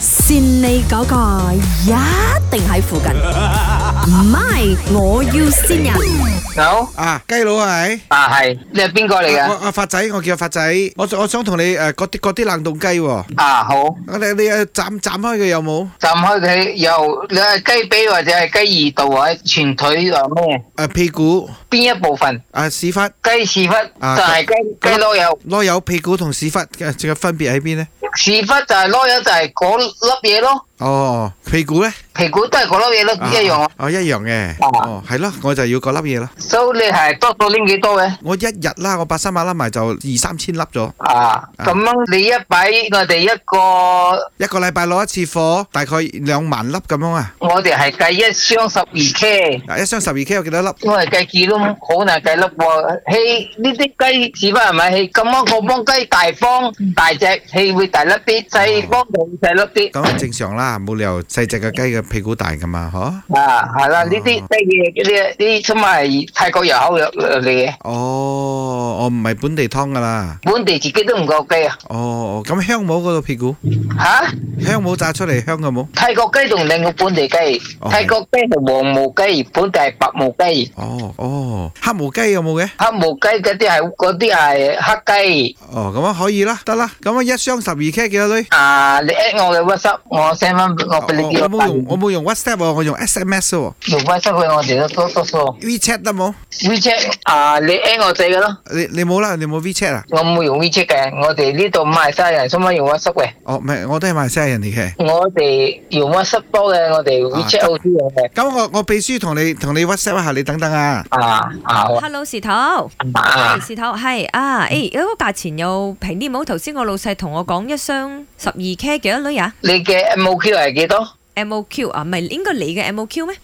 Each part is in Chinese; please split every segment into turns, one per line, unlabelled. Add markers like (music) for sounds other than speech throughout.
善你嗰個一定喺附近，唔係我要線人，
好
啊，雞佬係
啊，係你係邊個嚟
我
嘅？
阿發仔，我叫阿發仔，我我想同你誒嗰啲嗰啲冷凍雞喎，
啊，好，
我哋你誒斬斬開佢有冇？
浸開佢又你係雞髀或者係雞二度或者全腿或咩？
誒屁股，
邊一部分？
誒屎忽，
雞屎忽就
啊
係雞雞攞油，
攞有屁股同屎忽嘅嘅分別喺邊呢？
屎忽就係攞油就係嗰粒嘢咯，
哦，屁股呢？
屁股都係嗰粒嘢咯，
啊
一樣啊。
哦，一樣嘅，
啊
哦，係咯，我就要嗰粒嘢咯。
所以你係多到拎幾多嘅？
我一日啦，我八三百粒埋就二三千粒咗，
啊，
啊
咁樣你一擺我哋一個，
一個禮拜攞一次貨，大概兩萬粒咁樣啊。
我哋係計一箱十二 K。
啊一箱十二 K 有幾多粒？
因為計幾都好難計粒喎，氣呢啲雞屎忽係咪氣咁啱個幫雞大方大隻，氣會大粒啲，細方就會細粒
咁係正常啦，冇理由細只嘅雞嘅屁股大噶嘛，嗬？
啲。啊，係啦，呢啲雞嘅呢啲出埋係泰國入口入嚟嘅，
哦，我唔係本地湯噶啦。
本地自己都唔夠雞啊！
哦，咁香冇嗰個屁股，
吓，
香冇炸出嚟香嘅冇。
泰國雞仲靚過本地雞
哦，
泰國雞係黃毛雞，本地係白毛雞。
哦哦，黑毛雞有冇嘅？
黑毛雞嗰啲係嗰啲係黑雞，
哦，咁啊可以啦，得啦。咁啊一箱十二 K 幾多女？
啊你 at 我嘅 WhatsApp，我 send 翻我
我
俾你啲
我冇
我
用，我冇用 WhatsApp à, 喎，我用 SMS 喎
用 WhatsApp 去我哋都多多數。
à? ，WeChat 得冇？
WeChat 啊，你 at 我哋嘅咯，
你你冇啦，你冇 WeChat à? 啊？
我冇用 WeChat 嘅，我哋呢度賣晒人，做乜用 WhatsApp 嘅？
哦，唔係，我都係馬來西亞人嚟嘅。
我哋用 WhatsApp 多嘅，我哋 WeChat 好啲用嘅。
咁我我秘書同你同你 WhatsApp 一下，你等等啊。
啊啊
Hello，士頭，
啊
係！士頭，係啊，誒，嗰個價錢又平啲冇？頭先我老細同我講一箱十二 K 幾多女啊
你嘅 MOQ 係幾多？
？M O Q à, 啊，唔係應該你嘅 M O (laughs) Q 咩？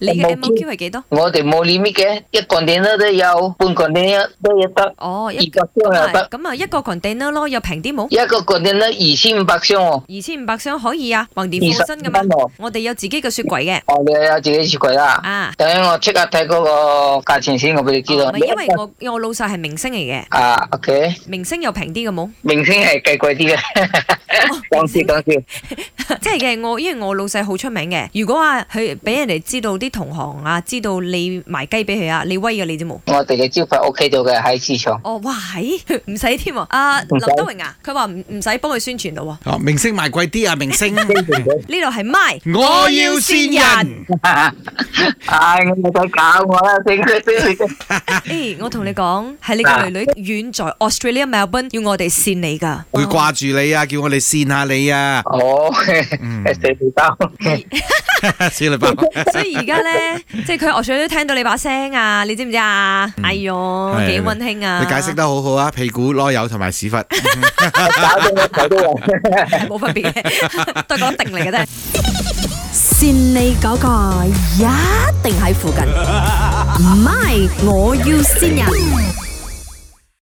你嘅 M O Q 係幾多？
我哋冇 limit 嘅，一個點都得有，半個點都有得，
哦，
二
一
百箱又
咁啊
得，
咁啊，一個 container 咯，又平啲冇？
一個個點得二千五百箱喎。
二千五百箱可以啊，橫掂附身噶嘛
二十五蚊喎。
我哋有自己嘅雪櫃嘅。
我哋哦有自己雪櫃啦。
啊，
等我即刻睇嗰個價錢先，我俾你知道。
唔係因為我我老細係明星嚟嘅，
啊，OK，
明星又平啲嘅冇。
明星係計貴啲嘅，
哦
(laughs) 講笑講笑。
即係嘅，我因為我老細好出名嘅。如果啊，佢俾人哋知道啲同行啊，知道你賣雞俾佢啊，你威嘅你知冇？
我哋嘅招牌 O K 咗嘅喺市場。
哦，哇，係 (laughs) 唔使添喎。啊，林
唔使
德榮啊，佢話唔唔使幫佢宣傳咯
哦，明星賣貴啲啊，明星。
喎。呢度係咪？
我要線人。
(laughs) 唉，我冇再搞我啦，整佢整
誒，
佢。，
我同你講，係你個女女遠在 Australia Melbourne，要我哋線你㗎。
佢掛住你啊，叫我哋線下你啊
哦， (laughs) 四條包。
小女包。
(laughs)
(laughs)
所以而家咧，即係佢 Australia 都聽到你把聲啊，你知唔知啊？哎呦，
嗯係
幾温馨啊！
你解釋得好好啊，屁股、啰柚同埋屎忽。
搞到我頭都暈。
係冇分別嘅，都係講定嚟嘅啫。
善你嗰個一定喺附近，唔係我要線人。